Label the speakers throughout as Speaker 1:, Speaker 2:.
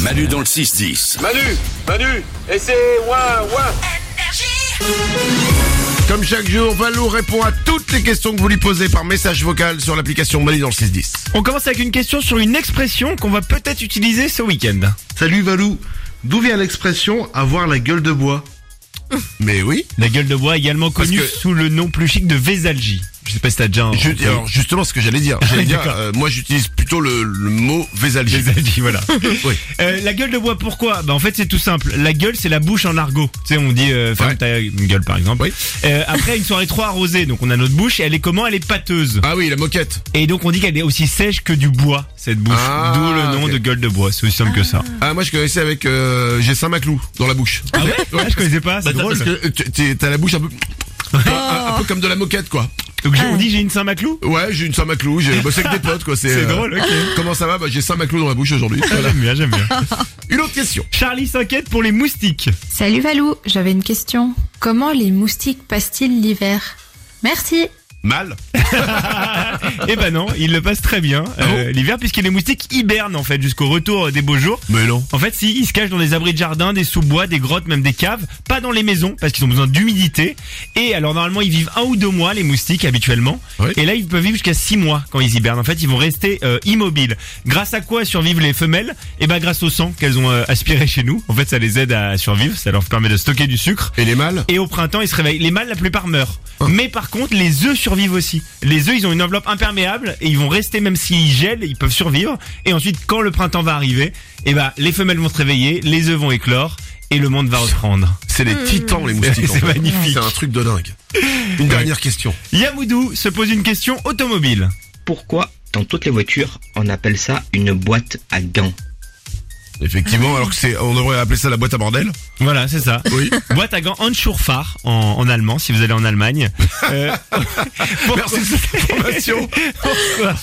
Speaker 1: Manu dans le 6-10.
Speaker 2: Manu, Manu, et c'est ouin, ouin.
Speaker 3: Comme chaque jour, Valou répond à toutes les questions que vous lui posez par message vocal sur l'application Mali dans le 610.
Speaker 4: On commence avec une question sur une expression qu'on va peut-être utiliser ce week-end.
Speaker 5: Salut Valou, d'où vient l'expression avoir la gueule de bois
Speaker 3: Mais oui.
Speaker 4: La gueule de bois également connue
Speaker 3: que-
Speaker 4: sous le nom plus chic de Vésalgie. Je sais pas si t'as déjà un...
Speaker 3: Je- alors justement, ce que j'allais dire, j'allais dire, euh, moi j'utilise plutôt le, le mot vésalgie.
Speaker 4: Vésalgie, voilà.
Speaker 3: Oui.
Speaker 4: Euh, la gueule de bois, pourquoi Bah en fait c'est tout simple. La gueule c'est la bouche en argot. Tu sais on dit euh, ferme
Speaker 3: Ouais.
Speaker 4: ta gueule par exemple.
Speaker 3: Oui.
Speaker 4: Euh, après une soirée trop arrosée, donc on a notre bouche et elle est comment Elle est pâteuse.
Speaker 3: Ah oui, la moquette.
Speaker 4: Et donc on dit qu'elle est aussi sèche que du bois cette bouche.
Speaker 3: Ah,
Speaker 4: D'où le nom
Speaker 3: ok.
Speaker 4: de gueule de bois. C'est aussi simple que ça.
Speaker 3: Ah moi je connaissais avec euh, j'ai Saint-Maclou dans la bouche.
Speaker 4: Ah ouais, Ah, Je connaissais Ah. pas. C'est
Speaker 3: Bah, t'as-
Speaker 4: drôle.
Speaker 3: Parce que tu- t'es- t'as la bouche un peu un, un peu comme de la moquette quoi.
Speaker 4: Donc j'ai- on dit j'ai une Saint-Maclou.
Speaker 3: Ouais, j'ai une Saint-Maclou, j'ai bossé avec des potes quoi, c'est euh,
Speaker 4: C'est drôle, ok.
Speaker 3: Comment ça va Bah j'ai Saint-Maclou dans la bouche aujourd'hui. Voilà.
Speaker 4: Ah, J'aime bien, j'aime bien.
Speaker 3: Une autre question.
Speaker 4: Charlie s'inquiète pour les moustiques.
Speaker 6: Salut Valou, j'avais une question. Comment les moustiques passent-ils l'hiver Merci
Speaker 3: Mal.
Speaker 4: Eh ben non, il le passe très bien euh, l'hiver puisque les moustiques hibernent en fait jusqu'au retour des beaux jours.
Speaker 3: Mais non.
Speaker 4: En fait, si, ils se cachent dans des abris de jardin, des sous-bois, des grottes, même des caves, pas dans les maisons parce qu'ils ont besoin d'humidité. Et alors normalement, ils vivent un ou deux mois les moustiques habituellement.
Speaker 3: Oui.
Speaker 4: Et là, ils peuvent vivre jusqu'à six mois quand ils hibernent. En fait, ils vont rester euh, immobiles. Grâce à quoi survivent les femelles Eh ben grâce au sang qu'elles ont euh, aspiré chez nous. En fait, ça les aide à survivre, ça leur permet de stocker du sucre.
Speaker 3: Et les mâles
Speaker 4: Et au printemps, ils se réveillent. Les mâles, la plupart meurent. Mais par contre, les œufs survivent aussi. Les œufs, ils ont une enveloppe imperméable et ils vont rester même s'ils gèlent, ils peuvent survivre. Et ensuite, quand le printemps va arriver, eh ben, les femelles vont se réveiller, les œufs vont éclore et le monde va reprendre.
Speaker 3: C'est les titans, les moustiques. en
Speaker 4: C'est
Speaker 3: fait.
Speaker 4: magnifique.
Speaker 3: C'est un truc de dingue. Une dernière question.
Speaker 4: Yamoudou se pose une question automobile.
Speaker 7: pourquoi dans toutes les voitures on appelle ça une boîte à gants
Speaker 3: Effectivement, alors que c'est, on devrait appeler ça la boîte à bordel.
Speaker 4: Voilà, c'est ça.
Speaker 3: Oui.
Speaker 4: Boîte à gants Handschuhfach en, en allemand, si vous allez en Allemagne. Euh, pourquoi-
Speaker 3: Merci de cette information.
Speaker 4: Pourquoi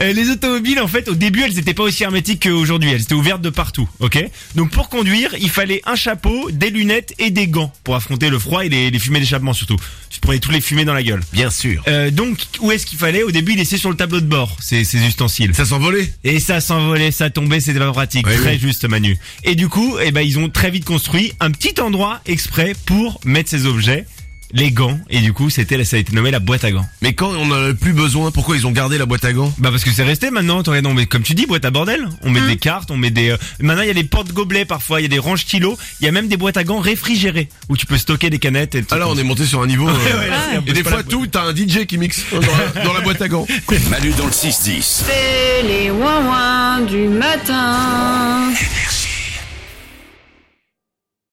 Speaker 4: Euh, Les automobiles, en fait, au début, elles étaient pas aussi hermétiques qu'aujourd'hui. Elles étaient ouvertes de partout, ok Donc pour conduire, il fallait un chapeau, des lunettes et des gants pour affronter le froid et les, les fumées d'échappement surtout. Tu te prenais toutes les fumées dans la gueule.
Speaker 3: Bien sûr.
Speaker 4: Euh, donc où est-ce qu'il fallait Au début, il laissait sur le tableau de bord ces, ces ustensiles.
Speaker 3: Ça s'envolait.
Speaker 4: Et ça s'envolait, ça tombait, c'était pas pratique.
Speaker 3: Oui,
Speaker 4: très
Speaker 3: oui.
Speaker 4: juste, Manu. Et du coup, eh ben, ils ont très vite construit un petit endroit exprès pour mettre ces objets, les gants. Et du coup, c'était, ça a été nommé la boîte à gants.
Speaker 3: Mais quand on en a plus besoin, pourquoi ils ont gardé la boîte à gants
Speaker 4: Bah parce que c'est resté maintenant, t'en regardes, on met, comme tu dis, boîte à bordel, on
Speaker 3: Mmh.
Speaker 4: met des cartes, on met des... euh, maintenant il y a des portes gobelets parfois, il y a des ranges kilos, il y a même des boîtes à gants réfrigérées, où tu peux stocker des canettes et tout.
Speaker 3: Ah là, on est monté sur un niveau. euh,
Speaker 4: ouais, là, c'est un peu
Speaker 3: et des
Speaker 4: pas
Speaker 3: fois,
Speaker 4: la boîte.
Speaker 3: tout, t'as un DJ qui mixe dans la, dans la boîte à gants.
Speaker 1: Manu dans le 6-10.
Speaker 8: C'est les ouin du matin.